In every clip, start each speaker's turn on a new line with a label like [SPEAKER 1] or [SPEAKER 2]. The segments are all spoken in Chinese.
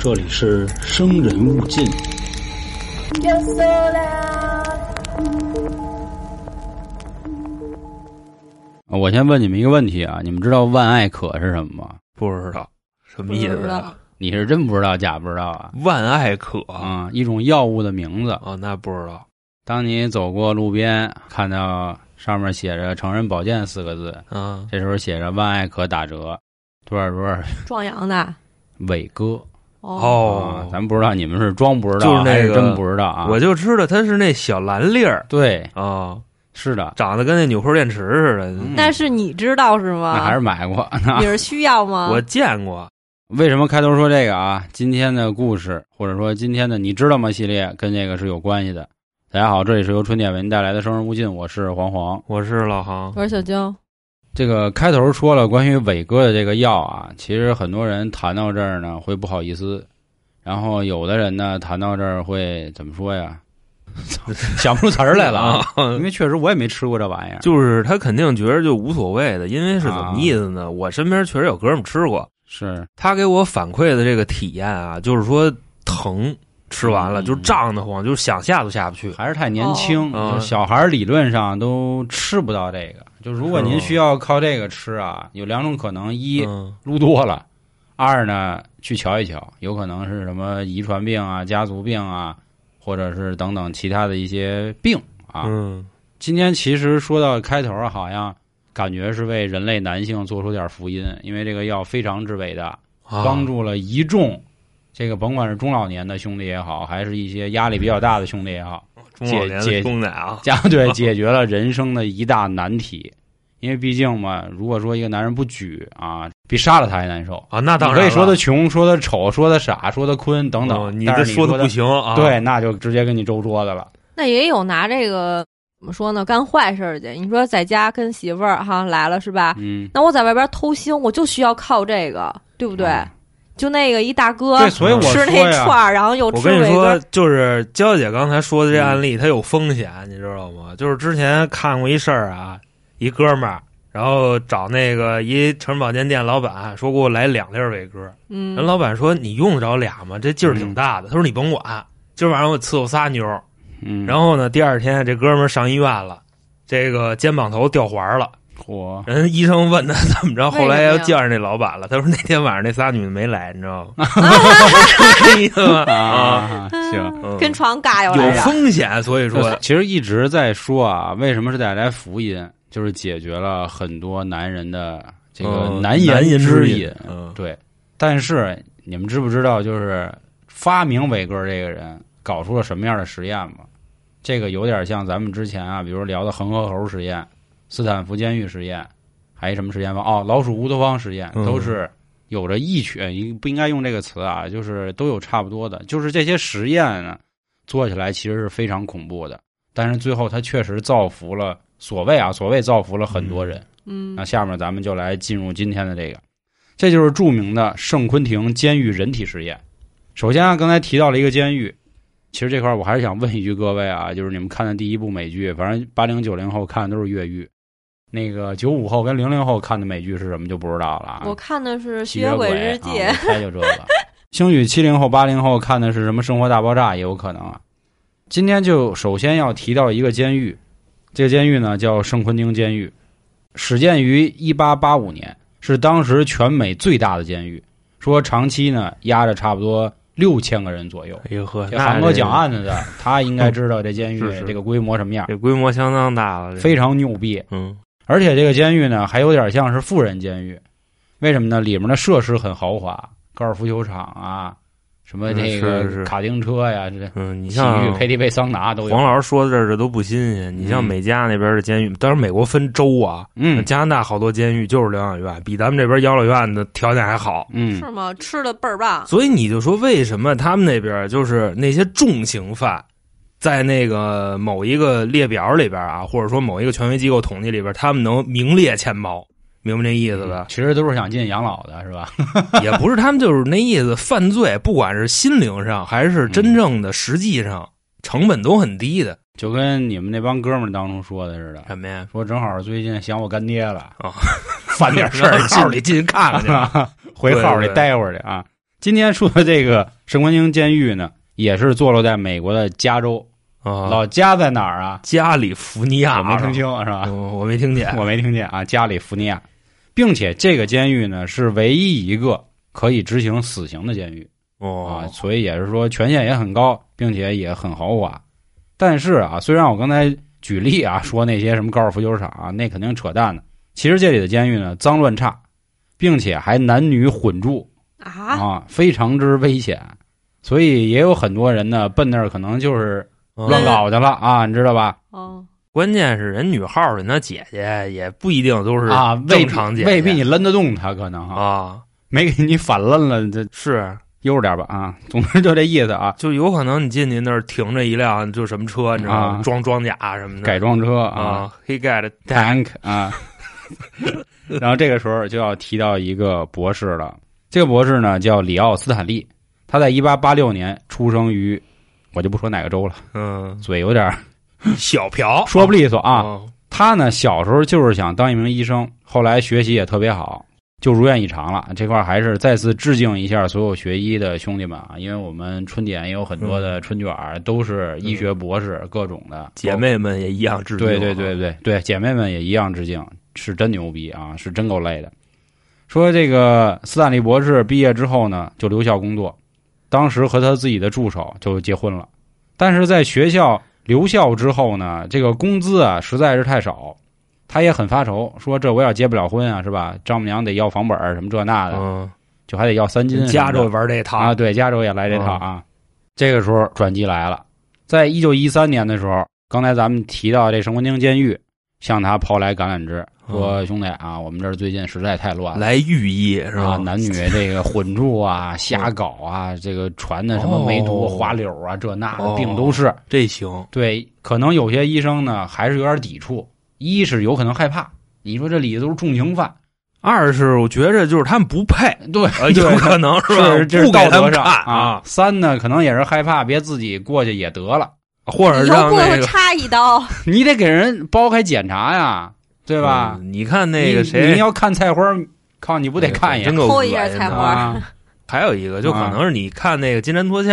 [SPEAKER 1] 这里是生人勿近。
[SPEAKER 2] You're so loud.
[SPEAKER 3] 我先问你们一个问题啊，你们知道万艾可是什么吗？
[SPEAKER 4] 不知道什么意
[SPEAKER 2] 不
[SPEAKER 4] 思
[SPEAKER 2] 知道
[SPEAKER 4] 啊？
[SPEAKER 3] 你是真不知道假不知道啊？
[SPEAKER 4] 万艾可啊、
[SPEAKER 3] 啊、一种药物的名字。
[SPEAKER 4] 哦，那不知道。
[SPEAKER 3] 当你走过路边，看到上面写着“成人保健”四个字，
[SPEAKER 4] 嗯，
[SPEAKER 3] 这时候写着万艾可打折多少多少
[SPEAKER 2] 壮阳的
[SPEAKER 3] 伟哥
[SPEAKER 2] 哦，
[SPEAKER 4] 哦
[SPEAKER 3] 啊，，咱不知道你们是装不知道，
[SPEAKER 4] 就是那
[SPEAKER 3] 还是
[SPEAKER 4] 个
[SPEAKER 3] 真不知道啊？
[SPEAKER 4] 我就知道它是那小蓝粒儿
[SPEAKER 3] 对，
[SPEAKER 4] 啊、哦，
[SPEAKER 3] 是的，
[SPEAKER 4] 长得跟那纽扣电池似的。
[SPEAKER 3] 嗯
[SPEAKER 2] 那是你知道是吗？
[SPEAKER 3] 那还是买过。
[SPEAKER 2] 你是需要吗？
[SPEAKER 4] 我见过，
[SPEAKER 3] 为什么开头说这个啊？今天的故事，或者说今天的你知道吗系列，跟这个是有关系的。大家好，这里是由春点为您带来的《生人勿近》，我是黄黄。
[SPEAKER 4] 我是老航
[SPEAKER 2] 我。是小晶，
[SPEAKER 3] 这个开头说了关于伟哥的这个药啊，其实很多人谈到这儿呢会不好意思，然后有的人呢谈到这儿会怎么说呀？ 想不出词儿来了 啊！因为确实我也没吃过这玩意儿，
[SPEAKER 4] 就是他肯定觉得就无所谓的，因为是怎么意思
[SPEAKER 3] 啊
[SPEAKER 4] 呢？我身边确实有哥们儿吃过，
[SPEAKER 3] 是
[SPEAKER 4] 他给我反馈的这个体验啊，就是说疼，吃完了
[SPEAKER 3] 嗯
[SPEAKER 4] 就胀得慌，就是想下都下不去。
[SPEAKER 3] 还是太年轻，
[SPEAKER 4] 哦
[SPEAKER 3] 就是小孩儿理论上都吃不到这个。就如果您
[SPEAKER 4] 是吗
[SPEAKER 3] 需要靠这个吃啊，有两种可能：一
[SPEAKER 4] 嗯
[SPEAKER 3] 撸多了，二呢去瞧一瞧，有可能是什么遗传病啊、家族病啊，或者是等等其他的一些病啊。
[SPEAKER 4] 嗯，
[SPEAKER 3] 今天其实说到开头啊，好像感觉是为人类男性做出点福音，因为这个药非常之伟大，
[SPEAKER 4] 啊
[SPEAKER 3] 帮助了一众这个甭管是中老年的兄弟也好，还是一些压力比较大的兄弟也好，
[SPEAKER 4] 中老
[SPEAKER 3] 解
[SPEAKER 4] 年
[SPEAKER 3] 解
[SPEAKER 4] 的兄弟 啊，
[SPEAKER 3] 加对解决了人生的一大难题。因为毕竟嘛，如果说一个男人不举啊，比杀了他还难受。
[SPEAKER 4] 啊，那当
[SPEAKER 3] 你
[SPEAKER 4] 然
[SPEAKER 3] 可以说他
[SPEAKER 4] 了
[SPEAKER 3] 穷，说他丑，说他傻，说他坤等等，
[SPEAKER 4] 哦你
[SPEAKER 3] 但
[SPEAKER 4] 这
[SPEAKER 3] 是你说
[SPEAKER 4] 的不、行啊。
[SPEAKER 3] 对，那就直接跟你周桌子了。
[SPEAKER 2] 那也有拿这个怎么说呢，干坏事儿去。你说在家跟媳妇儿哈来了是吧？
[SPEAKER 3] 嗯，
[SPEAKER 2] 那我在外边偷腥，我就需要靠这个，对不对？
[SPEAKER 3] 嗯
[SPEAKER 2] 就那个一大哥
[SPEAKER 3] 对，所以我
[SPEAKER 2] 吃
[SPEAKER 3] 说
[SPEAKER 2] 那
[SPEAKER 3] 呀
[SPEAKER 2] 串儿，然后又
[SPEAKER 4] 我
[SPEAKER 2] 吃
[SPEAKER 4] 跟你
[SPEAKER 2] 伟
[SPEAKER 4] 说
[SPEAKER 2] 哥，，
[SPEAKER 4] 就是娇姐刚才说
[SPEAKER 3] 嗯
[SPEAKER 4] 的这案例，它有风险，你知道吗？就是之前看过一事儿啊，一哥们儿，然后找那个一成人保健店老板说给我来两粒儿伟哥，
[SPEAKER 2] 嗯，
[SPEAKER 4] 人老板说你用得着俩吗？这劲儿挺大的。他说你甭管，今儿晚上我伺候仨妞儿。
[SPEAKER 3] 嗯，
[SPEAKER 4] 然后呢，第二天这哥们儿上医院了，这个肩膀头掉环了。
[SPEAKER 3] 火
[SPEAKER 4] 人医生问他怎么着，
[SPEAKER 2] 为什么呀
[SPEAKER 4] 后来又见着那老板了。他说那天晚上那仨女的没来，你知道吗？哎这意思吗？啊，
[SPEAKER 3] 啊，行。
[SPEAKER 4] 嗯
[SPEAKER 2] 跟床尬悠
[SPEAKER 4] 有
[SPEAKER 2] 来着。
[SPEAKER 4] 风险，所以说
[SPEAKER 3] 其实一直在说啊，为什么是带来福音，就是解决了很多男人的这个
[SPEAKER 4] 嗯
[SPEAKER 3] 难
[SPEAKER 4] 难
[SPEAKER 3] 言
[SPEAKER 4] 言之
[SPEAKER 3] 隐
[SPEAKER 4] 隐。嗯
[SPEAKER 3] 对，但是你们知不知道，就是发明伟哥这个人搞出了什么样的实验吗？这个有点像咱们之前啊，比如聊的恒河猴实验、斯坦福监狱实验，还有什么实验方？哦，老鼠乌托邦实验，
[SPEAKER 4] 嗯
[SPEAKER 3] 都是有着异曲，应不应该用这个词啊？就是都有差不多的，就是这些实验呢，做起来其实是非常恐怖的，但是最后它确实造福了所谓啊，所谓造福了很多人。
[SPEAKER 2] 嗯
[SPEAKER 3] 那下面咱们就来进入今天的这个，这就是著名的圣昆廷监狱人体实验。首先啊，刚才提到了一个监狱，其实这块儿我还是想问一句各位啊，就是你们看的第一部美剧，反正八零九零后看的都是越狱，那个九五后跟零零后看的美剧是什么就不知道了啊。
[SPEAKER 2] 我看的是《
[SPEAKER 3] 吸
[SPEAKER 2] 吸
[SPEAKER 3] 血
[SPEAKER 2] 血
[SPEAKER 3] 鬼
[SPEAKER 2] 日记》
[SPEAKER 3] 啊、我猜就这 个。兴许七零后、八零后看的是什么《生活大爆炸》也有可能啊。今天就首先要提到一个监狱，这个监狱呢叫圣昆汀监狱，始建于一八八五年，是当时全美最大的监狱。说长期呢压着差不多六千个人左右。
[SPEAKER 4] 哎呦呵，
[SPEAKER 3] 这
[SPEAKER 4] 那
[SPEAKER 3] 韩啊哥
[SPEAKER 4] 这
[SPEAKER 3] 讲案子的，他应该知道这监狱
[SPEAKER 4] 是是
[SPEAKER 3] 这个规模什么样，
[SPEAKER 4] 这规模相当大了，这
[SPEAKER 3] 非常牛逼。
[SPEAKER 4] 嗯
[SPEAKER 3] 而且这个监狱呢，还有点像是富人监狱，为什么呢？里面的设施很豪华，高尔夫球场啊，什么这
[SPEAKER 4] 嗯是是
[SPEAKER 3] 个
[SPEAKER 4] 是
[SPEAKER 3] 卡丁车呀，这
[SPEAKER 4] 嗯，你
[SPEAKER 3] 洗
[SPEAKER 4] 像
[SPEAKER 3] 浴、KTV、桑拿都
[SPEAKER 4] 黄
[SPEAKER 3] 有。
[SPEAKER 4] 老师说的这儿这都不新鲜。你像
[SPEAKER 3] 嗯
[SPEAKER 4] 美加那边的监狱，当然美国分州啊，
[SPEAKER 3] 嗯
[SPEAKER 4] 加拿大好多监狱就是疗养院，比咱们这边养老院的条件还好。
[SPEAKER 3] 嗯
[SPEAKER 2] 是吗？吃的倍儿棒，
[SPEAKER 4] 所以你就说为什么他们那边就是那些重刑犯，在那个某一个列表里边啊，或者说某一个权威机构统计里边，他们能名列前茅，明白这意思
[SPEAKER 3] 嗯
[SPEAKER 4] 吧？
[SPEAKER 3] 其实都是想进养老的，是吧？
[SPEAKER 4] 也不是他们就是那意思，犯罪不管是心灵上还是真正的实际上，成本都很低的。
[SPEAKER 3] 就跟你们那帮哥们儿当初说的似的，
[SPEAKER 4] 什么呀？
[SPEAKER 3] 说正好最近想我干爹了
[SPEAKER 4] 啊，
[SPEAKER 3] 犯点事儿
[SPEAKER 4] 号里进去看看去。
[SPEAKER 3] 进回号里待会儿去啊。今天说的这个圣昆汀监狱呢，也是坐落在美国的加州，
[SPEAKER 4] 啊，
[SPEAKER 3] 老家在哪儿啊？
[SPEAKER 4] 加利福尼亚
[SPEAKER 3] 我没听清是吧？
[SPEAKER 4] 我我没 听见，
[SPEAKER 3] 我没听见啊，加利福尼亚，并且这个监狱呢是唯一一个可以执行死刑的监狱啊，
[SPEAKER 4] 哦，
[SPEAKER 3] 所以也是说权限也很高，并且也很豪华。但是啊，虽然我刚才举例啊说那些什么高尔夫球场啊，那肯定扯淡的。其实这里的监狱呢脏乱差，并且还男女混住
[SPEAKER 2] 啊，
[SPEAKER 3] 啊，非常之危险。所以也有很多人呢奔那儿可能就是
[SPEAKER 4] 嗯
[SPEAKER 3] 乱搞去了啊，你知道吧？
[SPEAKER 2] 哦，
[SPEAKER 4] 关键是人女号的那姐姐也不一定都是
[SPEAKER 3] 啊，未
[SPEAKER 4] 正
[SPEAKER 3] 必
[SPEAKER 4] 常姐姐，
[SPEAKER 3] 未必你抡得动他，可能啊，
[SPEAKER 4] 啊，
[SPEAKER 3] 没给你反抡了，这
[SPEAKER 4] 是
[SPEAKER 3] 悠着点吧啊，总之就这意思啊，
[SPEAKER 4] 就有可能你进去那儿停着一辆就什么车，你知道吗？
[SPEAKER 3] 啊
[SPEAKER 4] 装装甲什么的，
[SPEAKER 3] 改装车啊
[SPEAKER 4] 啊，He got it
[SPEAKER 3] ，tank 啊， 然后这个时候就要提到一个博士了，这个博士呢叫里奥斯坦利，他在一八八六年出生于，我就不说哪个州了，
[SPEAKER 4] 嗯，
[SPEAKER 3] 嘴有点儿
[SPEAKER 4] 小朴
[SPEAKER 3] 说不利索啊，
[SPEAKER 4] 啊，
[SPEAKER 3] 他呢小时候就是想当一名医生，后来学习也特别好，就如愿以偿了。这块儿还是再次致敬一下所有学医的兄弟们啊，因为我们春点也有很多的春卷儿，都是医学博士、各种的
[SPEAKER 4] 姐。妹们也一样致敬，啊
[SPEAKER 3] 对对对对对，姐妹们也一样致敬，是真牛逼啊，是真够累的。说这个斯坦利博士毕业之后呢，就留校工作，当时和他自己的助手就结婚了，但是在学校留校之后呢，这个工资啊实在是太少，他也很发愁，说这我要结不了婚啊，是吧？丈母娘得要房本儿什么这那的，
[SPEAKER 4] 嗯，
[SPEAKER 3] 就还得要三金什么的。
[SPEAKER 4] 加州玩这套
[SPEAKER 3] 啊，对，加州也来这
[SPEAKER 4] 嗯
[SPEAKER 3] 套啊。这个时候转机来了，在一九一三年的时候，刚才咱们提到这圣文汀监狱向他抛来橄榄枝，说、兄弟啊，我们这儿最近实在太乱了。
[SPEAKER 4] 来御医嗯是
[SPEAKER 3] 啊，
[SPEAKER 4] 吧？
[SPEAKER 3] 男 女这个混住啊，瞎搞啊，这个传的什么梅毒、
[SPEAKER 4] 哦
[SPEAKER 3] 花柳啊，这那的
[SPEAKER 4] 哦
[SPEAKER 3] 病都是。
[SPEAKER 4] 这行
[SPEAKER 3] 对，可能有些医生呢还是有点抵触，一是有可能害怕，你说这里头都是重刑犯，
[SPEAKER 4] 二是我觉着就是他们不配，
[SPEAKER 3] 啊对，
[SPEAKER 4] 呃有可能是吧？
[SPEAKER 3] 是这是
[SPEAKER 4] 不
[SPEAKER 3] 道
[SPEAKER 4] 给他
[SPEAKER 3] 德
[SPEAKER 4] 们
[SPEAKER 3] 上
[SPEAKER 4] 看
[SPEAKER 3] 啊。，三呢，可能也是害怕，别自己过去也得了，
[SPEAKER 4] 或者
[SPEAKER 2] 以后
[SPEAKER 4] 让
[SPEAKER 2] 过
[SPEAKER 4] 那
[SPEAKER 2] 会
[SPEAKER 4] 个
[SPEAKER 2] 插一刀，
[SPEAKER 3] 你得给人剥开检查呀，对吧？
[SPEAKER 4] 嗯你看那个
[SPEAKER 3] 你
[SPEAKER 4] 谁哎
[SPEAKER 3] 你，要看菜花儿，靠，你不得看一
[SPEAKER 4] 真
[SPEAKER 3] 眼
[SPEAKER 4] 够
[SPEAKER 2] 抠一下
[SPEAKER 4] 恶心
[SPEAKER 2] 菜
[SPEAKER 4] 的
[SPEAKER 2] 花
[SPEAKER 3] 啊？
[SPEAKER 4] 还有一个，就可能是你看那个《金蝉脱壳》，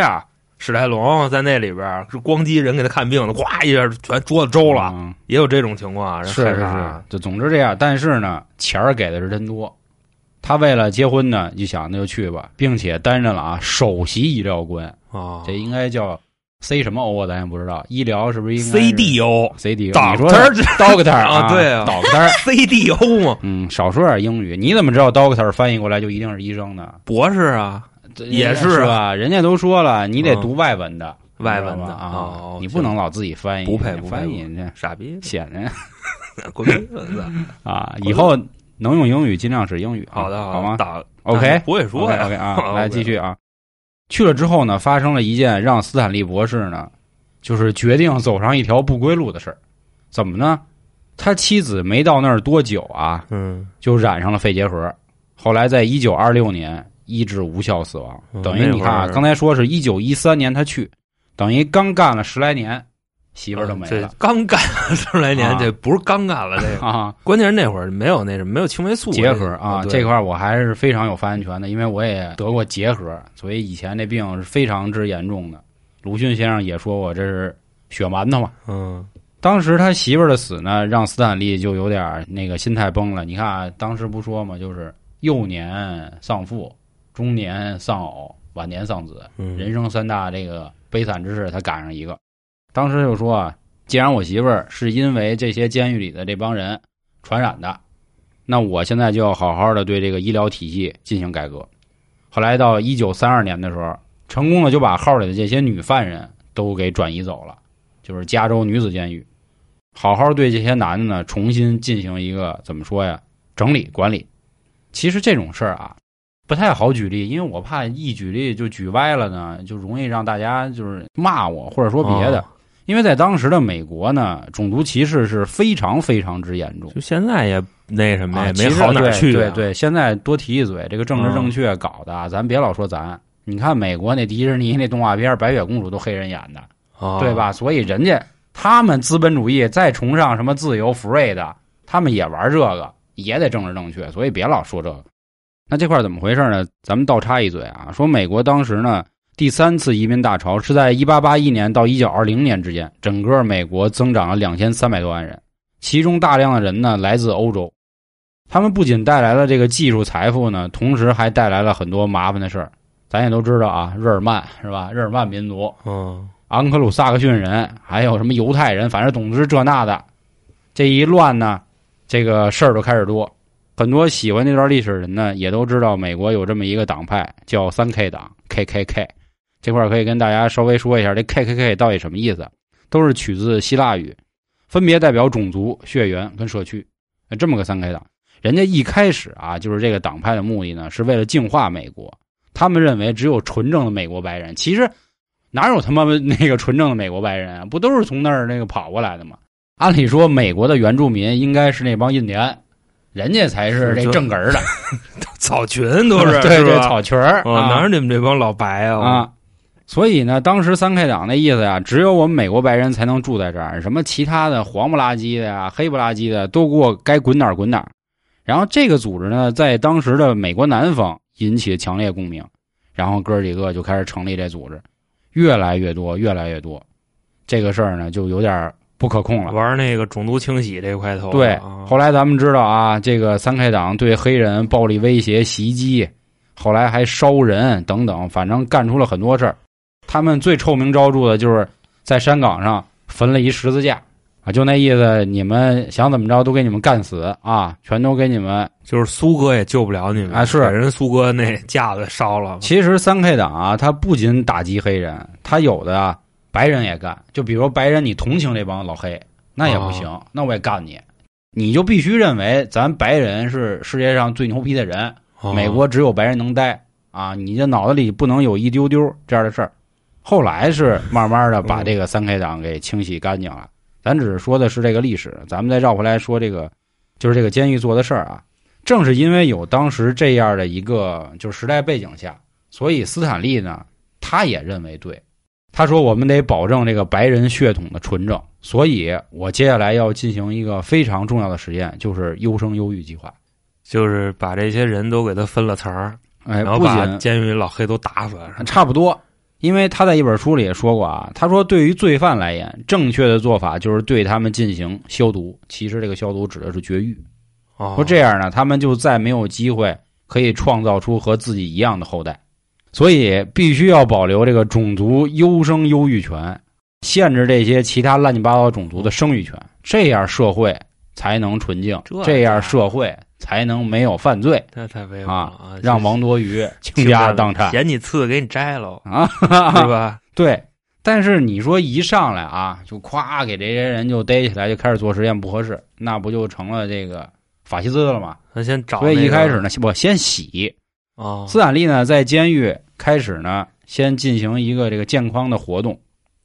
[SPEAKER 4] 史泰龙在那里边儿是光机人给他看病的，咵一下全桌子周了，
[SPEAKER 3] 嗯
[SPEAKER 4] 也有这种情况啊。人
[SPEAKER 3] 是
[SPEAKER 4] 害
[SPEAKER 3] 是
[SPEAKER 4] 怕
[SPEAKER 3] 是，就总之这样。但是呢，钱儿给的是真多。他为了结婚呢，就想那就去吧，并且担任了啊首席医疗官，
[SPEAKER 4] 啊
[SPEAKER 3] 这应该叫 C 什么 O 啊，咱也不知道。医疗是不是应该是
[SPEAKER 4] ，CDO
[SPEAKER 3] CDO？你说
[SPEAKER 4] Doctor
[SPEAKER 3] Doctor
[SPEAKER 4] 啊对啊
[SPEAKER 3] Doctor，
[SPEAKER 4] CDO 嘛，
[SPEAKER 3] 嗯，少说点英语。你怎么知道 Doctor 翻译过来就一定是医生呢？
[SPEAKER 4] 博士啊，
[SPEAKER 3] 这
[SPEAKER 4] 也
[SPEAKER 3] 是
[SPEAKER 4] 是啊
[SPEAKER 3] 吧？人家都说了，你得
[SPEAKER 4] 嗯
[SPEAKER 3] 读外文的，
[SPEAKER 4] 外文
[SPEAKER 3] 你知
[SPEAKER 4] 的
[SPEAKER 3] 道吧
[SPEAKER 4] 哦
[SPEAKER 3] 啊，你
[SPEAKER 4] 行
[SPEAKER 3] 不能老自己翻译，
[SPEAKER 4] 不配
[SPEAKER 3] 你
[SPEAKER 4] 不配
[SPEAKER 3] 翻
[SPEAKER 4] 不
[SPEAKER 3] 译，你这
[SPEAKER 4] 傻逼，
[SPEAKER 3] 显得
[SPEAKER 4] 滚 犊子！
[SPEAKER 3] 啊，以后能用英语尽量使英语啊，
[SPEAKER 4] 好的
[SPEAKER 3] 好
[SPEAKER 4] 的
[SPEAKER 3] 吗
[SPEAKER 4] 打
[SPEAKER 3] ？OK，
[SPEAKER 4] 不会说呀
[SPEAKER 3] OK 啊，
[SPEAKER 4] 好
[SPEAKER 3] 来
[SPEAKER 4] OK
[SPEAKER 3] 继续啊。去了之后呢，发生了一件让斯坦利博士呢，就是决定走上一条不归路的事儿。怎么呢？他妻子没到那儿多久啊，
[SPEAKER 4] 嗯，
[SPEAKER 3] 就染上了肺结核，后来在一九二六年医治无效死亡。
[SPEAKER 4] 嗯
[SPEAKER 3] 等于你看
[SPEAKER 4] 那
[SPEAKER 3] 啊，
[SPEAKER 4] 会儿
[SPEAKER 3] 刚才说是一九一三年他去，等于刚干了十来年，媳妇儿都没
[SPEAKER 4] 嗯这
[SPEAKER 3] 了、
[SPEAKER 4] 刚干 了十来年
[SPEAKER 3] 啊，
[SPEAKER 4] 这不是刚干了，这个
[SPEAKER 3] 啊，
[SPEAKER 4] 关键是那会儿没有那什么，没有青霉素
[SPEAKER 3] 结核啊，
[SPEAKER 4] 哦对
[SPEAKER 3] 这块儿我还是非常有发言权的，因为我也得过结核，所以以前这病是非常之严重的。鲁迅先生也说我这是血馒头嘛，
[SPEAKER 4] 嗯
[SPEAKER 3] 当时他媳妇儿的死呢，让斯坦利就有点儿那个心态崩了。你看啊，当时不说嘛，就是幼年丧父，中年丧偶，晚年丧子，
[SPEAKER 4] 嗯
[SPEAKER 3] 人生三大这个悲惨之事，他赶上一个。当时就说啊，既然我媳妇儿是因为这些监狱里的这帮人传染的，那我现在就要好好的对这个医疗体系进行改革。后来到一九三二年的时候，成功的就把号里的这些女犯人都给转移走了，就是加州女子监狱，好好对这些男的呢重新进行一个怎么说呀整理管理。其实这种事儿啊，不太好举例，因为我怕一举例就举歪了呢，就容易让大家就是骂我或者说别的。
[SPEAKER 4] 哦
[SPEAKER 3] 因为在当时的美国呢，种族歧视是非常非常之严重。
[SPEAKER 4] 就现在也那什么
[SPEAKER 3] 啊
[SPEAKER 4] 也
[SPEAKER 3] 其
[SPEAKER 4] 没
[SPEAKER 3] 实
[SPEAKER 4] 好哪儿去啊，哦
[SPEAKER 3] 对对对，现在多提一嘴，这个政治正确搞的啊，咱别老说咱。你看美国那迪士尼那动画片《白雪公主》都黑人演的，
[SPEAKER 4] 啊
[SPEAKER 3] 对？吧？所以人家他们资本主义再崇尚什么自由 free 的，他们也玩这个，也得政治正确，所以别老说这个。那这块儿怎么回事呢？咱们倒插一嘴啊，说美国当时呢，第三次移民大潮是在1881年到1920年之间，整个美国增长了2300多万人，其中大量的人呢来自欧洲，他们不仅带来了这个技术财富呢，同时还带来了很多麻烦的事儿。咱也都知道啊，日耳曼是吧？日耳曼民族，
[SPEAKER 4] 嗯，
[SPEAKER 3] 昂克鲁萨克逊人，还有什么犹太人，反正总之这那的，这一乱呢，这个事儿就开始多。很多喜欢这段历史的人呢，也都知道美国有这么一个党派叫三 K 党 （KKK）。这块儿可以跟大家稍微说一下，这 KKK 到底什么意思？都是取自希腊语，分别代表种族、血缘跟社区，呃这么个三 K 党。人家一开始啊，就是这个党派的目的呢，是为了净化美国。他们认为只有纯正的美国白人，其实哪有他妈那个纯正的美国白人啊？不都是从那儿那个跑过来的吗？按理说，美国的原住民应该是那帮印第安，人家才是
[SPEAKER 4] 是
[SPEAKER 3] 这
[SPEAKER 4] 这
[SPEAKER 3] 正根儿的，
[SPEAKER 4] 草群都是
[SPEAKER 3] 对
[SPEAKER 4] 是
[SPEAKER 3] 对
[SPEAKER 4] 吧
[SPEAKER 3] 草裙啊儿
[SPEAKER 4] 哦，哪有你们这帮老白啊？
[SPEAKER 3] 啊。所以呢，当时三 K 党那意思呀，只有我们美国白人才能住在这儿，什么其他的黄不拉几的呀、黑不拉几的，都给我该滚哪儿滚哪儿。然后这个组织呢，在当时的美国南方引起强烈共鸣，然后哥几个就开始成立这组织，越来越多，越来越多。这个事儿呢，就有点儿不可控了。
[SPEAKER 4] 玩那个种族清洗这块头啊。
[SPEAKER 3] 啊对
[SPEAKER 4] 啊，
[SPEAKER 3] 后来咱们知道啊，这个三 K 党对黑人暴力威胁、袭击，后来还烧人等等，反正干出了很多事儿。他们最臭名昭著的就是在山岗上焚了一十字架啊，就那意思，你们想怎么着都给你们干死啊，全都给你们
[SPEAKER 4] 就是苏哥也救不了你们
[SPEAKER 3] 啊是
[SPEAKER 4] 给人苏哥那架子烧了。
[SPEAKER 3] 其实三 K 党啊，他不仅打击黑人，他有的啊白人也干。就比如白人，你同情这帮老黑，那也不行，那我也干你。你就必须认为咱白人是世界上最牛逼的人，
[SPEAKER 4] 啊
[SPEAKER 3] 美国只有白人能待啊！你这脑子里不能有一丢丢这样的事儿。后来是慢慢的把这个三 K 党给清洗干净了。咱只是说的是这个历史，咱们再绕回来说这个，就是这个监狱做的事儿啊。正是因为有当时这样的一个就是时代背景下，所以斯坦利呢，他也认为对。他说：“我们得保证这个白人血统的纯正，所以我接下来要进行一个非常重要的实验，就是优生优育计划。
[SPEAKER 4] 就是把这些人都给他分了层儿，
[SPEAKER 3] 哎，
[SPEAKER 4] 然后
[SPEAKER 3] 不
[SPEAKER 4] 把
[SPEAKER 3] 仅
[SPEAKER 4] 监狱老黑都打死。
[SPEAKER 3] 差不多，因为他在一本书里也说过啊，他说对于罪犯来言，正确的做法就是对他们进行消毒，其实这个消毒指的是绝育。
[SPEAKER 4] 哦，
[SPEAKER 3] 说这样呢，他们就再没有机会可以创造出和自己一样的后代，所以必须要保留这个种族优生优育权，限制这些其他乱七八糟种族的生育权，这样社会才能纯净
[SPEAKER 4] 这，
[SPEAKER 3] 这
[SPEAKER 4] 家伙
[SPEAKER 3] 样社会才能没有犯罪，
[SPEAKER 4] 太太威风了
[SPEAKER 3] 啊让王多鱼倾
[SPEAKER 4] 亲
[SPEAKER 3] 家荡产，
[SPEAKER 4] 嫌你次给你摘喽
[SPEAKER 3] 啊！
[SPEAKER 4] 是吧？
[SPEAKER 3] 对，但是你说一上来啊，就夸给这些人就逮起来，就开始做实验，不合适，那不就成了这个法西斯了吗？
[SPEAKER 4] 咱先找那
[SPEAKER 3] 所
[SPEAKER 4] 个。
[SPEAKER 3] 以一开始呢，我先洗。
[SPEAKER 4] 啊，
[SPEAKER 3] 斯坦利呢，在监狱开始呢，先进行一个这个健康的活动，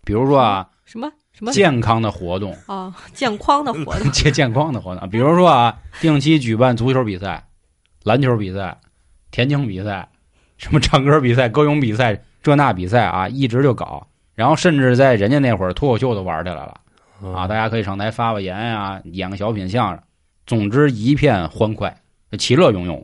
[SPEAKER 3] 比如说啊，
[SPEAKER 2] 什么什么
[SPEAKER 3] 健康的活动，
[SPEAKER 2] 哦，健康的活动
[SPEAKER 3] 健健康的活动，比如说啊，定期举办足球比赛、篮球比赛、田径比赛、什么唱歌比赛、 歌咏比赛、这那比赛啊，一直就搞。然后甚至在人家那会儿，脱口秀都玩起来了。啊，
[SPEAKER 4] 啊
[SPEAKER 3] 大家可以上台发发言啊，演个小品相声，总之一片欢快，其乐融融。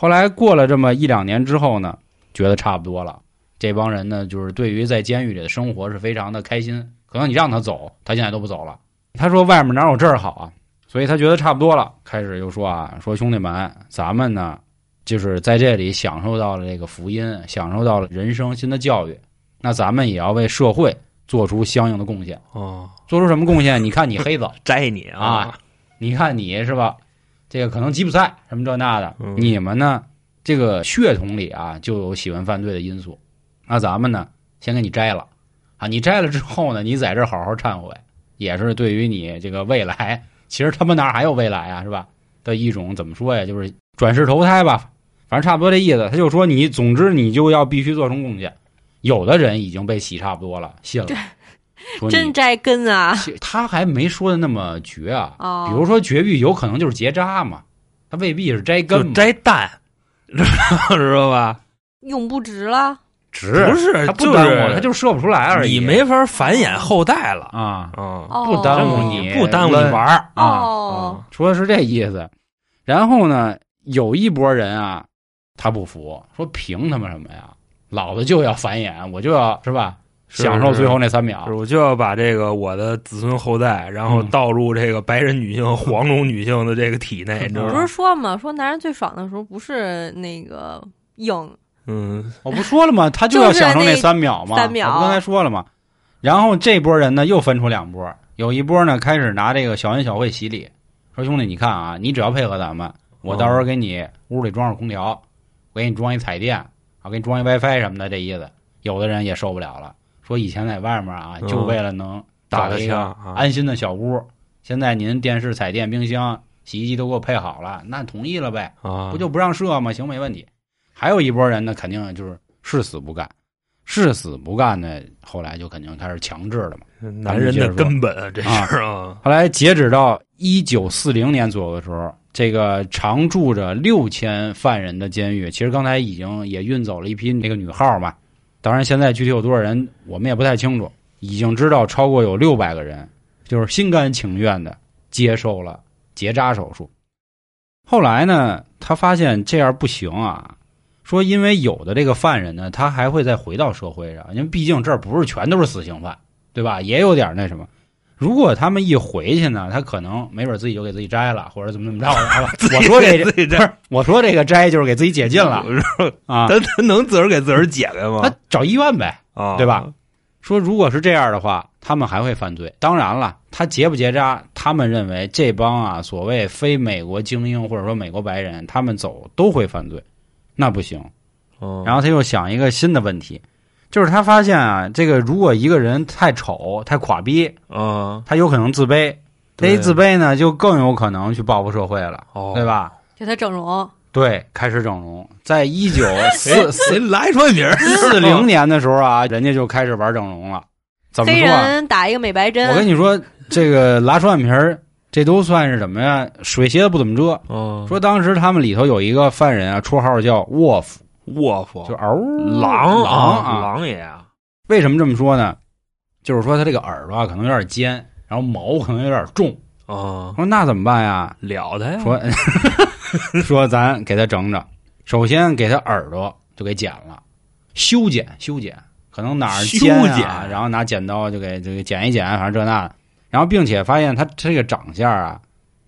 [SPEAKER 3] 后来过了这么一两年之后呢，觉得差不多了，这帮人呢，就是对于在监狱里的生活是非常的开心。可能你让他走，他现在都不走了。他说外面哪有这儿好啊？所以他觉得差不多了，开始就说啊，说兄弟们，咱们呢，就是在这里享受到了这个福音，享受到了人生新的教育，那咱们也要为社会做出相应的贡献。
[SPEAKER 4] 哦，
[SPEAKER 3] 做出什么贡献？你看你黑子，
[SPEAKER 4] 摘你
[SPEAKER 3] 啊，你看你是吧？这个可能吉普赛什么这那的，
[SPEAKER 4] 嗯
[SPEAKER 3] 你们呢？这个血统里啊就有喜欢犯罪的因素，那咱们呢先给你摘了啊，你摘了之后呢，你在这儿好好忏悔，也是对于你这个未来，其实他们哪儿还有未来啊，是吧？的一种怎么说呀？就是转世投胎吧，反正差不多这意思。他就说你，总之你就要必须做出贡献。有的人已经被洗差不多了，信了，说你
[SPEAKER 2] 真摘根啊！
[SPEAKER 3] 其他还没说的那么绝啊。
[SPEAKER 2] 哦
[SPEAKER 3] 比如说绝育有可能就是结扎嘛，它未必是摘根
[SPEAKER 4] 就
[SPEAKER 3] 嘛，
[SPEAKER 4] 摘蛋， 知道吧？
[SPEAKER 2] 永不值了，
[SPEAKER 3] 直
[SPEAKER 4] 不是
[SPEAKER 3] 它不
[SPEAKER 4] 就是
[SPEAKER 3] 耽误，它就射不出来而已。
[SPEAKER 4] 你没法繁衍后代了
[SPEAKER 3] 啊，
[SPEAKER 4] 啊，
[SPEAKER 2] 哦，
[SPEAKER 3] 不耽误
[SPEAKER 4] 你
[SPEAKER 3] 你，
[SPEAKER 4] 不耽误你玩儿
[SPEAKER 3] 啊，
[SPEAKER 2] 哦，
[SPEAKER 3] 说的是这意思。然后呢，有一波人啊，他不服，说凭什么什么呀？老子就要繁衍，我就要是吧，
[SPEAKER 4] 是
[SPEAKER 3] 享受
[SPEAKER 4] 是
[SPEAKER 3] 最后那三秒。
[SPEAKER 4] 就是我就要把这个我的子孙后代，然后
[SPEAKER 3] 嗯
[SPEAKER 4] 倒入这个白人女 性、黄种女性的这个体
[SPEAKER 3] 嗯
[SPEAKER 4] 内，你知道
[SPEAKER 2] 不
[SPEAKER 4] 吗
[SPEAKER 2] 是？说嘛，说男人最爽的时候不是那个硬，
[SPEAKER 4] 嗯，
[SPEAKER 3] 我不说了吗？他就要享受那三秒嘛，
[SPEAKER 2] 就是那三秒
[SPEAKER 3] 我不刚才说了吗？然后这波人呢又分出两波，有一波呢开始拿这个小恩小惠洗礼，说兄弟你看啊，你只要配合咱们，我到时
[SPEAKER 4] 哦
[SPEAKER 3] 候给你屋里装上空调，我给你装一彩电，我给你装一 WiFi 什么的，这意思。有的人也受不了了，说以前在外面啊，
[SPEAKER 4] 嗯
[SPEAKER 3] 就为了能
[SPEAKER 4] 打
[SPEAKER 3] 找
[SPEAKER 4] 个
[SPEAKER 3] 一
[SPEAKER 4] 枪
[SPEAKER 3] 个
[SPEAKER 4] 啊，
[SPEAKER 3] 安心的小屋，现在您电视、彩电、冰箱、洗衣机都给我配好了，那同意了呗。
[SPEAKER 4] 啊，
[SPEAKER 3] 不就不让射吗？行，没问题。还有一波人呢，肯定就是誓死不干，誓死不干呢，后来就肯定开始强制了嘛。
[SPEAKER 4] 男人的根本啊这事儿啊，
[SPEAKER 3] 后来截止到一九四零年左右的时候，这个常住着六千犯人的监狱，其实刚才已经也运走了一批那个女号嘛。当然，现在具体有多少人，我们也不太清楚。已经知道超过有六百个人，就是心甘情愿的接受了结扎手术。后来呢，他发现这样不行啊，说因为有的这个犯人呢，他还会再回到社会上，因为毕竟这儿不是全都是死刑犯，对吧？也有点那什么。如果他们一回去呢，他可能没准自己就给自己摘了，或者怎么怎么着了，是吧 我说这
[SPEAKER 4] 自己
[SPEAKER 3] 不
[SPEAKER 4] 这
[SPEAKER 3] 是我说这个摘就是给自己解禁了啊，
[SPEAKER 4] 他他能自个儿给自个儿解开
[SPEAKER 3] 他
[SPEAKER 4] 吗？
[SPEAKER 3] 找医院呗。
[SPEAKER 4] 啊，
[SPEAKER 3] 对吧？说如果是这样的话，他们还会犯罪。当然了，他结不结扎，他们认为这帮啊所谓非美国精英或者说美国白人，他们走都会犯罪，那不行。
[SPEAKER 4] 嗯？
[SPEAKER 3] 然后他又想一个新的问题，就是他发现啊，这个如果一个人太丑、太垮逼，
[SPEAKER 4] 啊，
[SPEAKER 3] 他有可能自卑，他
[SPEAKER 4] 对
[SPEAKER 3] 一自卑呢，就更有可能去报复社会了，
[SPEAKER 4] 哦
[SPEAKER 3] 对？吧？
[SPEAKER 2] 给他整容，
[SPEAKER 3] 对，开始整容，在一九
[SPEAKER 4] 谁
[SPEAKER 3] 四
[SPEAKER 4] 谁来说名儿？
[SPEAKER 3] 四零年的时候啊，人家就开始玩整容了。怎么
[SPEAKER 2] 黑
[SPEAKER 3] 说、啊？
[SPEAKER 2] 人打一个美白 针，
[SPEAKER 3] 我跟你说，这个拉双眼皮儿，这都算是什么呀？水鞋子不怎么遮。
[SPEAKER 4] 嗯，
[SPEAKER 3] 说当时他们里头有一个犯人啊，绰号叫沃夫，
[SPEAKER 4] 卧夫
[SPEAKER 3] 就嗷
[SPEAKER 4] 狼
[SPEAKER 3] 狼
[SPEAKER 4] 啊，
[SPEAKER 3] 啊。
[SPEAKER 4] 狼爷啊，
[SPEAKER 3] 为什么这么说呢？就是说他这个耳朵啊可能有点尖，然后毛可能有点重。
[SPEAKER 4] 啊，
[SPEAKER 3] 说那怎么办呀？
[SPEAKER 4] 了他呀，
[SPEAKER 3] 说说 咱给他整整，首先给他耳朵就给剪了，修剪修剪，可能哪儿尖啊
[SPEAKER 4] 修剪
[SPEAKER 3] 然后拿剪刀就给就给剪一剪，反正这那的。然后并且发现他这个长相啊，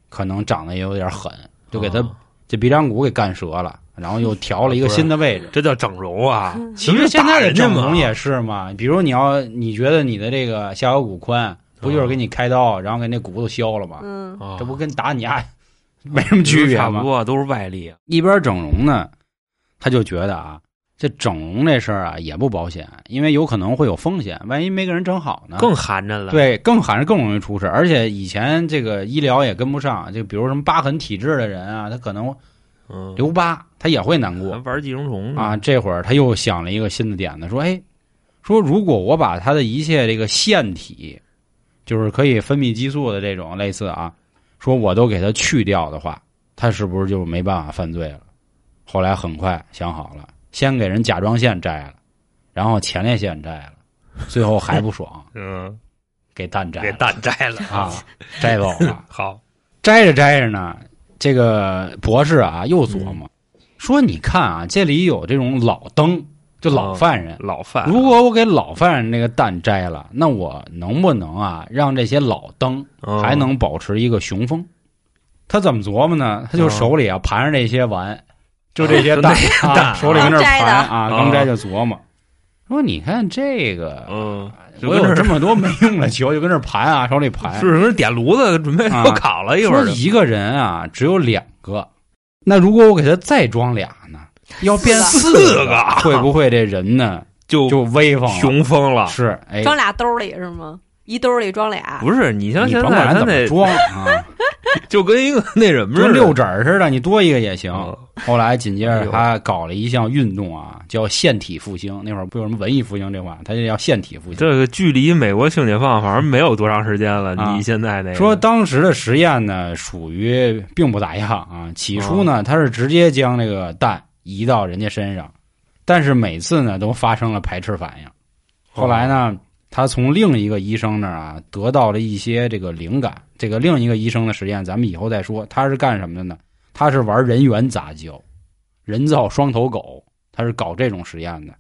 [SPEAKER 3] 可能长得也有点狠，就给他
[SPEAKER 4] 啊
[SPEAKER 3] 这鼻梁骨给干折了，然后又调了一个
[SPEAKER 4] 不是
[SPEAKER 3] 新的位置。
[SPEAKER 4] 这叫整容啊，
[SPEAKER 3] 其实现在的整容
[SPEAKER 4] 这
[SPEAKER 3] 也是嘛，比如你要你觉得你的这个下颌骨宽，不
[SPEAKER 4] 哦
[SPEAKER 3] 就是给你开刀，然后给那骨头削了吗？
[SPEAKER 2] 嗯，
[SPEAKER 4] 不是打人家嘛，
[SPEAKER 3] 这不跟打你啊 没什么区别
[SPEAKER 4] 差
[SPEAKER 3] 吗
[SPEAKER 4] 不？多啊都是外力，
[SPEAKER 3] 一边整容呢，他就觉得啊，这整容这事儿啊也不保险，因为有可能会有风险，万一没给人整好呢，
[SPEAKER 4] 更寒碜了。
[SPEAKER 3] 对更还是更容易出事。而且以前这个医疗也跟不上，就比如什么疤痕体质的人啊，他可能
[SPEAKER 4] 嗯，
[SPEAKER 3] 留疤，他也会难过
[SPEAKER 4] 还玩寄生虫呢
[SPEAKER 3] 啊。，这会儿他又想了一个新的点子，说哎，说如果我把他的一切这个腺体，就是可以分泌激素的这种类似啊，说我都给他去掉的话，他是不是就没办法犯罪了？后来很快想好了，先给人甲状腺摘了，然后前列腺摘了，最后还不爽，
[SPEAKER 4] 嗯，
[SPEAKER 3] 给蛋摘
[SPEAKER 4] 给
[SPEAKER 3] 了
[SPEAKER 4] 蛋摘 了
[SPEAKER 3] 啊，，摘走了。
[SPEAKER 4] 好，
[SPEAKER 3] 摘着摘着呢，这个博士啊又琢磨、
[SPEAKER 4] 嗯
[SPEAKER 3] 说：“你看啊，这里有这种老登，就老犯人。
[SPEAKER 4] 老范，
[SPEAKER 3] 如果我给老犯人那个蛋摘了，那我能不能啊让这些老登
[SPEAKER 4] 嗯
[SPEAKER 3] 还能保持一个雄风？”他怎么琢磨呢？他就手里啊盘着这些丸，就这些蛋，
[SPEAKER 4] 哦那
[SPEAKER 3] 啊
[SPEAKER 4] 蛋
[SPEAKER 3] 手里跟这儿
[SPEAKER 2] 刚摘的
[SPEAKER 3] 盘啊，
[SPEAKER 4] 嗯
[SPEAKER 3] 刚摘就琢磨。说你看这个，
[SPEAKER 4] 嗯，就
[SPEAKER 3] 我
[SPEAKER 4] 跟
[SPEAKER 3] 有
[SPEAKER 4] 这
[SPEAKER 3] 这
[SPEAKER 4] 儿
[SPEAKER 3] 么多没用的球，就跟这儿盘啊，手里盘。
[SPEAKER 4] 是不是点炉子准备
[SPEAKER 3] 啊
[SPEAKER 4] 要烤了一会
[SPEAKER 3] 说
[SPEAKER 4] 儿就？
[SPEAKER 3] 一个人啊只有两个，那如果我给他再装俩呢？要变
[SPEAKER 4] 四
[SPEAKER 3] 四
[SPEAKER 4] 个
[SPEAKER 3] 会不会这人呢
[SPEAKER 4] 就
[SPEAKER 3] 就威风了？
[SPEAKER 4] 雄风了。
[SPEAKER 3] 是哎，
[SPEAKER 2] 装俩兜里是吗？一兜里装俩，
[SPEAKER 4] 不是你像
[SPEAKER 3] 你
[SPEAKER 4] 现
[SPEAKER 3] 甭
[SPEAKER 4] 在
[SPEAKER 3] 管
[SPEAKER 4] 他
[SPEAKER 3] 怎么
[SPEAKER 4] 那
[SPEAKER 3] 装 啊，
[SPEAKER 4] 就跟一个那什么似
[SPEAKER 3] 就
[SPEAKER 4] 的，
[SPEAKER 3] 六指儿似的，你多一个也行。
[SPEAKER 4] 嗯
[SPEAKER 3] 后来紧接
[SPEAKER 4] 哎
[SPEAKER 3] 着
[SPEAKER 4] 呦
[SPEAKER 3] 他搞了一项运动啊，叫腺体复兴。那会儿不有什么文艺复兴这话，他就叫腺体复兴。
[SPEAKER 4] 这个距离美国性解放反正没有多长时间了。
[SPEAKER 3] 啊
[SPEAKER 4] 你现在那个
[SPEAKER 3] 说当时的实验呢，属于并不咋样啊。起初呢，他是直接将这个蛋移到人家身上，但是每次呢都发生了排斥反应。后来呢，他从另一个医生那儿啊得到了一些这个灵感。这个另一个医生的实验，咱们以后再说。他是干什么的呢？他是玩人猿杂交，人造双头狗，他是搞这种实验的，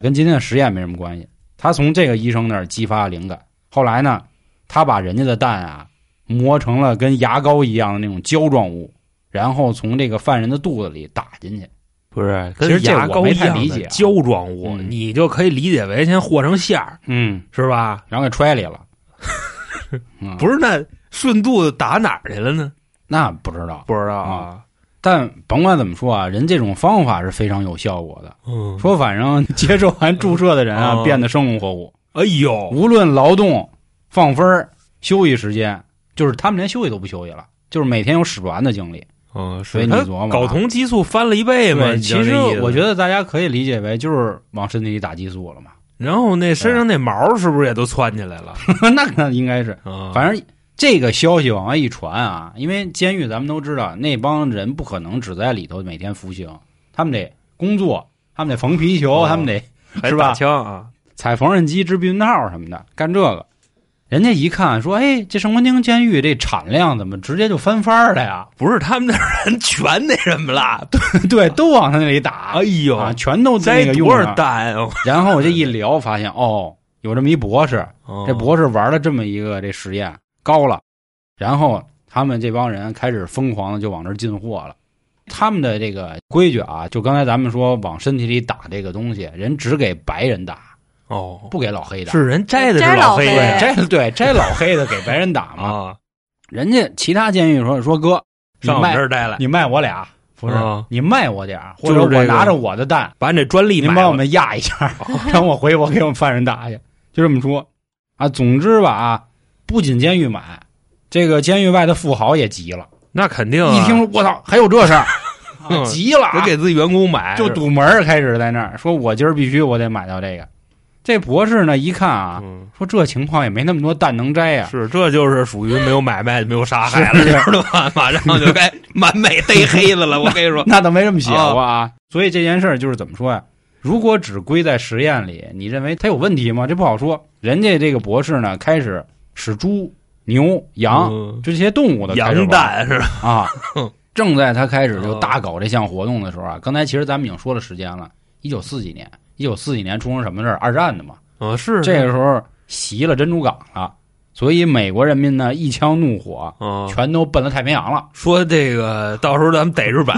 [SPEAKER 3] 跟今天的实验没什么关系。他从这个医生那儿激发了灵感，后来呢，他把人家的蛋啊磨成了跟牙膏一样的那种胶状物，然后从这个犯人的肚子里打进去。
[SPEAKER 4] 不是，
[SPEAKER 3] 其实
[SPEAKER 4] 跟
[SPEAKER 3] 这
[SPEAKER 4] 牙
[SPEAKER 3] 我
[SPEAKER 4] 膏
[SPEAKER 3] 没
[SPEAKER 4] 一
[SPEAKER 3] 太
[SPEAKER 4] 样
[SPEAKER 3] 理
[SPEAKER 4] 的
[SPEAKER 3] 解啊
[SPEAKER 4] 胶状物，
[SPEAKER 3] 嗯
[SPEAKER 4] 你就可以理解为先和成馅儿，
[SPEAKER 3] 嗯，
[SPEAKER 4] 是吧？
[SPEAKER 3] 然后给揣里 了。嗯
[SPEAKER 4] 不是，那顺肚子打哪儿去了呢？
[SPEAKER 3] 那不知道。
[SPEAKER 4] 不知道
[SPEAKER 3] 啊，但甭管怎么说啊，人这种方法是非常有效果的。
[SPEAKER 4] 嗯，
[SPEAKER 3] 说反 正接受完注射的人啊，
[SPEAKER 4] 嗯
[SPEAKER 3] 变得生龙活虎，
[SPEAKER 4] 哎呦，
[SPEAKER 3] 无论劳动、放分儿、休息时间，就是他们连休息都不休息了，就是每天有使不完的精力。
[SPEAKER 4] 嗯，
[SPEAKER 3] 所以你
[SPEAKER 4] 他
[SPEAKER 3] 琢磨啊
[SPEAKER 4] 睾酮激素翻了一倍嘛？
[SPEAKER 3] 对，
[SPEAKER 4] 你知道
[SPEAKER 3] 其实
[SPEAKER 4] 这意思
[SPEAKER 3] 我觉，得大家可以理解为就是往身体里打激素了嘛，
[SPEAKER 4] 然后那身上那毛是不是也都窜起 来了？
[SPEAKER 3] 那个应该是，
[SPEAKER 4] 嗯
[SPEAKER 3] 反正。这个消息往外一传啊，因为监狱咱们都知道，那帮人不可能只在里头每天服刑，他们得工作，他们得缝皮球，
[SPEAKER 4] 哦
[SPEAKER 3] 他们得
[SPEAKER 4] 还
[SPEAKER 3] 是吧
[SPEAKER 4] 打枪啊，
[SPEAKER 3] 踩缝纫机、织避孕套什么的，干这个。人家一看说：“哎，这圣文丁监狱这产量怎么直接就翻番儿了呀
[SPEAKER 4] 不是他们那儿人全那什么 了？？”
[SPEAKER 3] 对，都往他那里打，
[SPEAKER 4] 哎呦，
[SPEAKER 3] 啊，全都在
[SPEAKER 4] 栽
[SPEAKER 3] 那个用
[SPEAKER 4] 多少
[SPEAKER 3] 上。
[SPEAKER 4] 蛋啊？
[SPEAKER 3] 然后我这一聊，发现哦，有这么一博士，这
[SPEAKER 4] 士
[SPEAKER 3] 博士玩了这么一个这实验，高了。然后他们这帮人开始疯狂的就往这儿进货了。他们的这个规矩啊，就刚才咱们说往身体里打这个东西，人只给白人打，
[SPEAKER 4] 哦，
[SPEAKER 3] 不给老黑打。
[SPEAKER 4] 是人摘的
[SPEAKER 2] 摘
[SPEAKER 4] 是
[SPEAKER 2] 老
[SPEAKER 4] 黑
[SPEAKER 2] 黑
[SPEAKER 3] 对，
[SPEAKER 4] 的
[SPEAKER 3] 摘 对摘老黑的给白人打嘛。
[SPEAKER 4] 啊，
[SPEAKER 3] 人家其他监狱说说哥，你
[SPEAKER 4] 上我们
[SPEAKER 3] 卖
[SPEAKER 4] 这儿摘来，
[SPEAKER 3] 你卖我俩，不是、
[SPEAKER 4] 啊
[SPEAKER 3] 你卖我点儿，或
[SPEAKER 4] 就是
[SPEAKER 3] 者我
[SPEAKER 4] 这个
[SPEAKER 3] 拿着我的蛋，
[SPEAKER 4] 把你这专利
[SPEAKER 3] 您
[SPEAKER 4] 买
[SPEAKER 3] 帮我
[SPEAKER 4] 了哦
[SPEAKER 3] 们压一下， 让我回我给我们犯人打去，就这么说啊。总之吧啊，不仅监狱买，这个监狱外的富豪也急了，
[SPEAKER 4] 那肯定啊
[SPEAKER 3] 一听说我操还有这事儿，
[SPEAKER 4] 嗯
[SPEAKER 3] 急了、啊
[SPEAKER 4] 得，给自己员工买，
[SPEAKER 3] 就堵门儿开始在那儿说，我今儿必须我得买到这个。这博士呢一看啊，
[SPEAKER 4] 嗯，
[SPEAKER 3] 说这情况也没那么多蛋能摘呀、
[SPEAKER 4] 是这就是属于没有买卖没有杀害 了，
[SPEAKER 3] 是，
[SPEAKER 4] 知道吧？马上就该满美逮黑子了，我跟你 说
[SPEAKER 3] 那倒没这么写过啊。所以这件事儿就是怎么说呀、如果只归在实验里，你认为它有问题吗？这不好说。人家这个博士呢，开始使猪、牛、 羊，
[SPEAKER 4] 嗯
[SPEAKER 3] 就这些动物的开始
[SPEAKER 4] 羊
[SPEAKER 3] 玩
[SPEAKER 4] 蛋是吧？
[SPEAKER 3] 啊。正在他开始就大搞这项活动的时候啊，刚才其实咱们已经说了时间了，一九四几年，一九四几年出生什么事儿？二战的嘛。
[SPEAKER 4] 嗯，是
[SPEAKER 3] 这个时候袭了珍珠港了，所以美国人民呢一腔怒火，
[SPEAKER 4] 嗯，
[SPEAKER 3] 全都奔了太平洋了。
[SPEAKER 4] 说这个到时候咱们逮日本，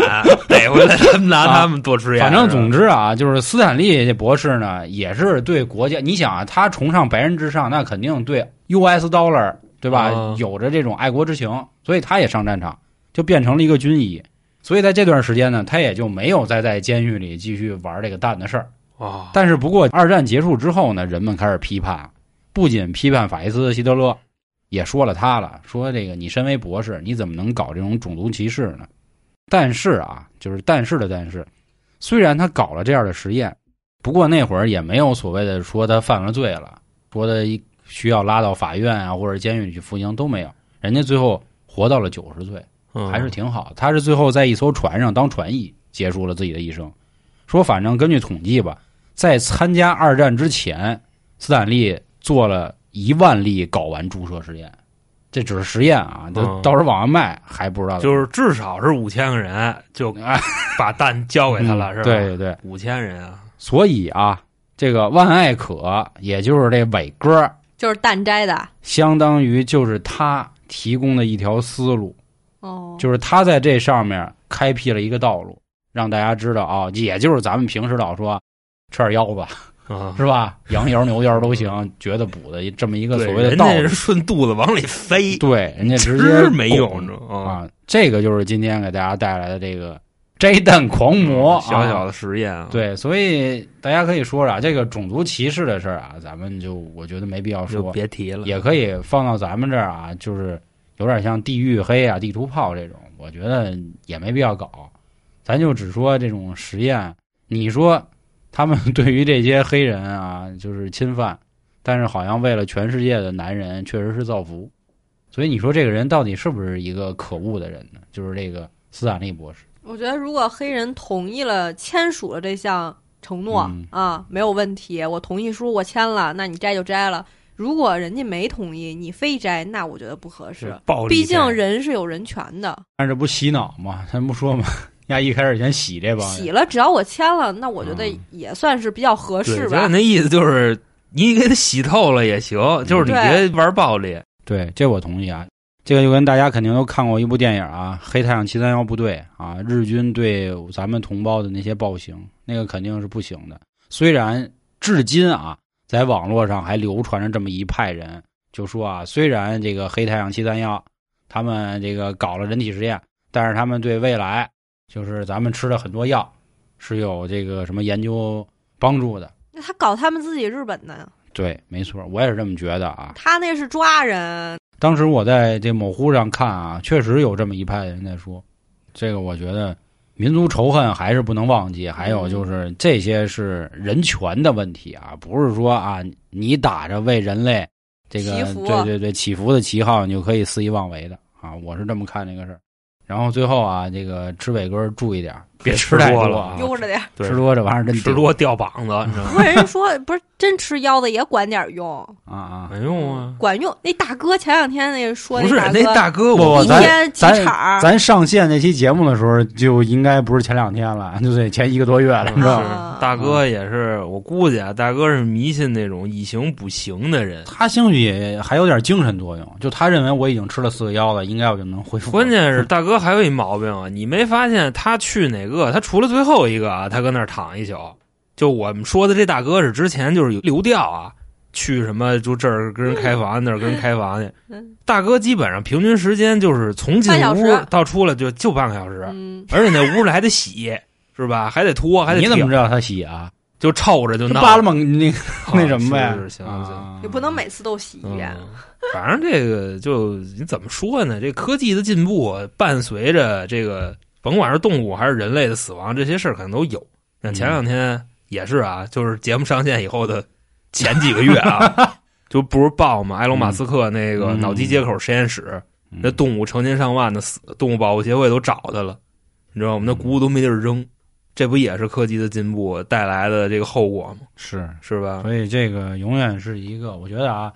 [SPEAKER 4] 逮回来咱们拿
[SPEAKER 3] 啊
[SPEAKER 4] 他们做实验，
[SPEAKER 3] 反正总
[SPEAKER 4] 是
[SPEAKER 3] 之啊，就是斯坦利这博士呢，也是对国家，你想啊，他崇尚白人至上，那肯定对 U.S. dollar 对吧，
[SPEAKER 4] 啊
[SPEAKER 3] 有着这种爱国之情，所以他也上战场，就变成了一个军医。所以在这段时间呢，他也就没有再在监狱里继续玩这个蛋的事儿。
[SPEAKER 4] 吧啊，
[SPEAKER 3] 但是不过二战结束之后呢，人们开始批判，不仅批判法西斯希特勒，也说了他了，说这个你身为博士，你怎么能搞这种种族歧视呢？但是啊，就是但是的但是，虽然他搞了这样的实验，不过那会儿也没有所谓的说他犯了罪了，说他一需要拉到法院啊或者监狱里去服刑都没有，人家最后活到了九十岁。
[SPEAKER 4] 嗯
[SPEAKER 3] 还是挺好。他是最后在一艘船上当船医，结束了自己的一生。说反正根据统计吧，在参加二战之前，斯坦利做了一万例睾丸注射实验，这只是实验啊，就
[SPEAKER 4] 嗯
[SPEAKER 3] 到时候往外卖还不知道。
[SPEAKER 4] 就是至少是五千个人就
[SPEAKER 3] 哎
[SPEAKER 4] 把蛋交给他
[SPEAKER 3] 嗯
[SPEAKER 4] 了，是吧？
[SPEAKER 3] 对对对，
[SPEAKER 4] 五千人啊，
[SPEAKER 3] 所以啊，这个万艾可，也就是这伟哥，
[SPEAKER 2] 就是蛋摘的
[SPEAKER 3] 相当于就是他提供的一条思路。
[SPEAKER 2] 哦，
[SPEAKER 3] 就是他在这上面开辟了一个道路，让大家知道啊，也就是咱们平时老说吃点腰子
[SPEAKER 4] 啊，
[SPEAKER 3] 是吧？羊腰、牛腰都行，觉得补的 这么一个
[SPEAKER 4] 对
[SPEAKER 3] 所谓的
[SPEAKER 4] 人
[SPEAKER 3] 道
[SPEAKER 4] 家
[SPEAKER 3] 理
[SPEAKER 4] 是。顺肚子往里塞，
[SPEAKER 3] 对，人家直接
[SPEAKER 4] 吃没用
[SPEAKER 3] 拱
[SPEAKER 4] 着啊。
[SPEAKER 3] 啊！这个就是今天给大家带来的这个摘蛋狂魔，啊
[SPEAKER 4] 嗯小小的实验啊，，
[SPEAKER 3] 对，所以大家可以说啊，这个种族歧视的事儿啊，咱们就我觉得没必要
[SPEAKER 4] 就
[SPEAKER 3] 说，
[SPEAKER 4] 别提了。
[SPEAKER 3] 也可以放到咱们这儿啊，就是有点像地狱黑啊、地图炮这种，我觉得也没必要搞。咱就只说这种实验，啊你说他们对于这些黑人啊，就是侵犯，但是好像为了全世界的男人，确实是造福。所以你说这个人到底是不是一个可恶的人呢？就是这个斯坦利博士，
[SPEAKER 2] 我觉得如果黑人同意了签署了这项承诺、
[SPEAKER 3] 嗯
[SPEAKER 2] 啊，没有问题，我同意书我签了，那你摘就摘了。如果人家没同意，你非摘，那我觉得不合适。
[SPEAKER 4] 暴力
[SPEAKER 2] 毕
[SPEAKER 4] 战
[SPEAKER 2] 竟人是有人权的，
[SPEAKER 3] 但是这不洗脑吗？咱不说吗？ 丫一开始先洗这帮人，
[SPEAKER 2] 洗了，只要我签了，那我觉得
[SPEAKER 3] 嗯
[SPEAKER 2] 也算是比较合
[SPEAKER 4] 对，
[SPEAKER 2] 适
[SPEAKER 4] 就是
[SPEAKER 2] 吧。
[SPEAKER 4] 那意思就是你给他洗透了也行，就是你别
[SPEAKER 2] 对
[SPEAKER 4] 玩暴力。
[SPEAKER 3] 对，这我同意啊。这个就跟大家肯定都看过一部电影啊，《黑太阳七三幺部队》啊，日军对咱们同胞的那些暴行，那个肯定是不行的。虽然至今啊，在网络上还流传着这么一派人，就说啊，虽然这个黑太阳七三幺他们这个搞了人体实验，但是他们对未来就是咱们吃了很多药是有这个什么研究帮助的。
[SPEAKER 2] 那他搞他们自己日本的，
[SPEAKER 3] 对，没错，我也是这么觉得啊。
[SPEAKER 2] 他那是抓人，
[SPEAKER 3] 当时我在这某乎上看啊，确实有这么一派人在说，这个我觉得民族仇恨还是不能忘记。还
[SPEAKER 2] 嗯
[SPEAKER 3] 有就是这些是人权的问题啊，不是说啊你打着为人类这个
[SPEAKER 2] 祈福
[SPEAKER 3] 对对对祈福的旗号，你就可以肆意妄为的啊。我是这么看这个事儿。然后最后啊，这个吃伟哥注意点儿，别
[SPEAKER 4] 吃
[SPEAKER 3] 太
[SPEAKER 4] 多
[SPEAKER 3] 多
[SPEAKER 4] 了
[SPEAKER 3] 啊
[SPEAKER 4] 啊
[SPEAKER 2] 悠着点。
[SPEAKER 4] 对
[SPEAKER 3] 吃多这玩意儿真
[SPEAKER 4] 吃
[SPEAKER 3] 顶
[SPEAKER 4] 多掉膀子，你知道吗？
[SPEAKER 2] 不是人家说不是真吃腰子也管点 用，
[SPEAKER 3] 啊啊！
[SPEAKER 4] 没用啊，
[SPEAKER 2] 管用。那大哥前两天那说
[SPEAKER 4] 不是那
[SPEAKER 2] 大
[SPEAKER 4] 大哥，
[SPEAKER 3] 不
[SPEAKER 4] 我
[SPEAKER 3] 不
[SPEAKER 2] 哥一
[SPEAKER 3] 咱
[SPEAKER 2] 天几
[SPEAKER 3] 咱
[SPEAKER 2] 场儿，
[SPEAKER 3] 咱上线那期节目的时候，就应该不是前两天了，就得前一个多月 了，你知道吗？
[SPEAKER 2] 啊
[SPEAKER 4] 是大哥也是，我估计啊，大哥是迷信那种以形补形的人。
[SPEAKER 3] 他兴许也还有点精神作用，就他认为我已经吃了四个腰了，应该我就能恢复。
[SPEAKER 4] 关键是大哥还有一毛病啊，你没发现他去哪个？他除了最后一个啊，他搁那儿躺一宿。就我们说的这大哥是之前就是有流调啊，去什么就这儿跟人开房，那儿跟人开房去
[SPEAKER 2] 嗯。
[SPEAKER 4] 大哥基本上平均时间就是从进
[SPEAKER 2] 半小
[SPEAKER 4] 屋
[SPEAKER 2] 时
[SPEAKER 4] 到出来就就半个小时，
[SPEAKER 2] 嗯，
[SPEAKER 4] 而且那屋里还得洗，是吧？还得拖，还得
[SPEAKER 3] 你怎么
[SPEAKER 4] 挺
[SPEAKER 3] 知道他洗啊？
[SPEAKER 4] 就臭着就闹
[SPEAKER 3] 扒拉蒙那个
[SPEAKER 4] 啊
[SPEAKER 3] 那什么呗
[SPEAKER 4] 是是，行行。
[SPEAKER 3] 啊
[SPEAKER 2] 也不能每次都洗一遍。
[SPEAKER 4] 嗯反正这个就你怎么说呢？这科技的进步伴随着这个，甭管是动物还是人类的死亡，这些事儿可能都有。那前两天也是啊，就是节目上线以后的前几个月啊，就不是报嘛，埃隆·马斯克那个
[SPEAKER 3] 嗯
[SPEAKER 4] 脑机接口实验室，
[SPEAKER 3] 嗯
[SPEAKER 4] 那动物成千上万的死，动物保护协会都找他了，你知道吗？那谷物都没地儿扔，这不也是科技的进步带来的这个后果吗？
[SPEAKER 3] 是，
[SPEAKER 4] 是吧？
[SPEAKER 3] 所以这个永远是一个，我觉得啊，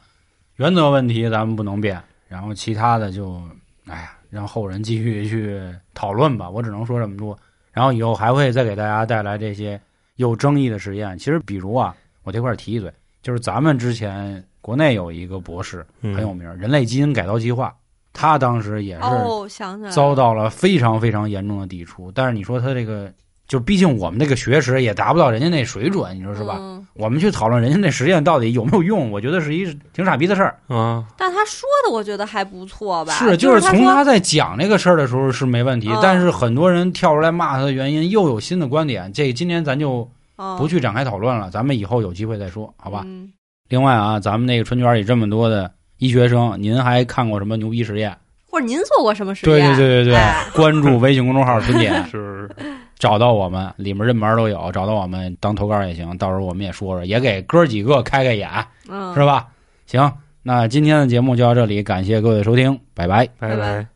[SPEAKER 3] 原则问题咱们不能变，然后其他的就，哎呀，让后人继续去讨论吧。我只能说这么多，然后以后还会再给大家带来这些有争议的实验。其实，比如啊，我这块儿提一嘴，就是咱们之前国内有一个博士
[SPEAKER 4] 嗯
[SPEAKER 3] 很有名儿，人类基因改造计划，他当时也是
[SPEAKER 2] 哦，想起来
[SPEAKER 3] 遭
[SPEAKER 2] 了，
[SPEAKER 3] 到了非常非常严重的抵触。但是你说他这个，就毕竟我们这个学识也达不到人家那水准，你说是吧？
[SPEAKER 2] 嗯
[SPEAKER 3] 我们去讨论人家那实验到底有没有用，我觉得是一挺傻逼的事儿。
[SPEAKER 4] 啊，
[SPEAKER 2] 但他说的我觉得还不错吧，
[SPEAKER 3] 是，
[SPEAKER 2] 就是
[SPEAKER 3] 从
[SPEAKER 2] 他
[SPEAKER 3] 他在讲这个事儿的时候是没问题，
[SPEAKER 2] 嗯
[SPEAKER 3] 但是很多人跳出来骂他的原因又有新的观点，这今天咱就
[SPEAKER 2] 说
[SPEAKER 3] 不去展开讨论了，咱们以后有机会再说，好
[SPEAKER 2] 好
[SPEAKER 3] 吧？
[SPEAKER 2] 嗯，
[SPEAKER 3] 另外啊，咱们那个春卷里这么多的医学生，您还看过什么牛逼实验？
[SPEAKER 2] 或者您做过什么实
[SPEAKER 3] 对
[SPEAKER 2] 验？
[SPEAKER 3] 对对对对，
[SPEAKER 2] 哎
[SPEAKER 3] 关注微信公众号“春点”，
[SPEAKER 4] 啊是
[SPEAKER 3] 找到我们，里面任门都有，找到我们当投稿也行，到时候我们也说说，也给哥几个开开眼。
[SPEAKER 2] 嗯，
[SPEAKER 3] 是吧？行，那今天的节目就到这里，感谢各位的收听，拜拜。
[SPEAKER 4] 拜
[SPEAKER 2] 拜拜
[SPEAKER 4] 拜。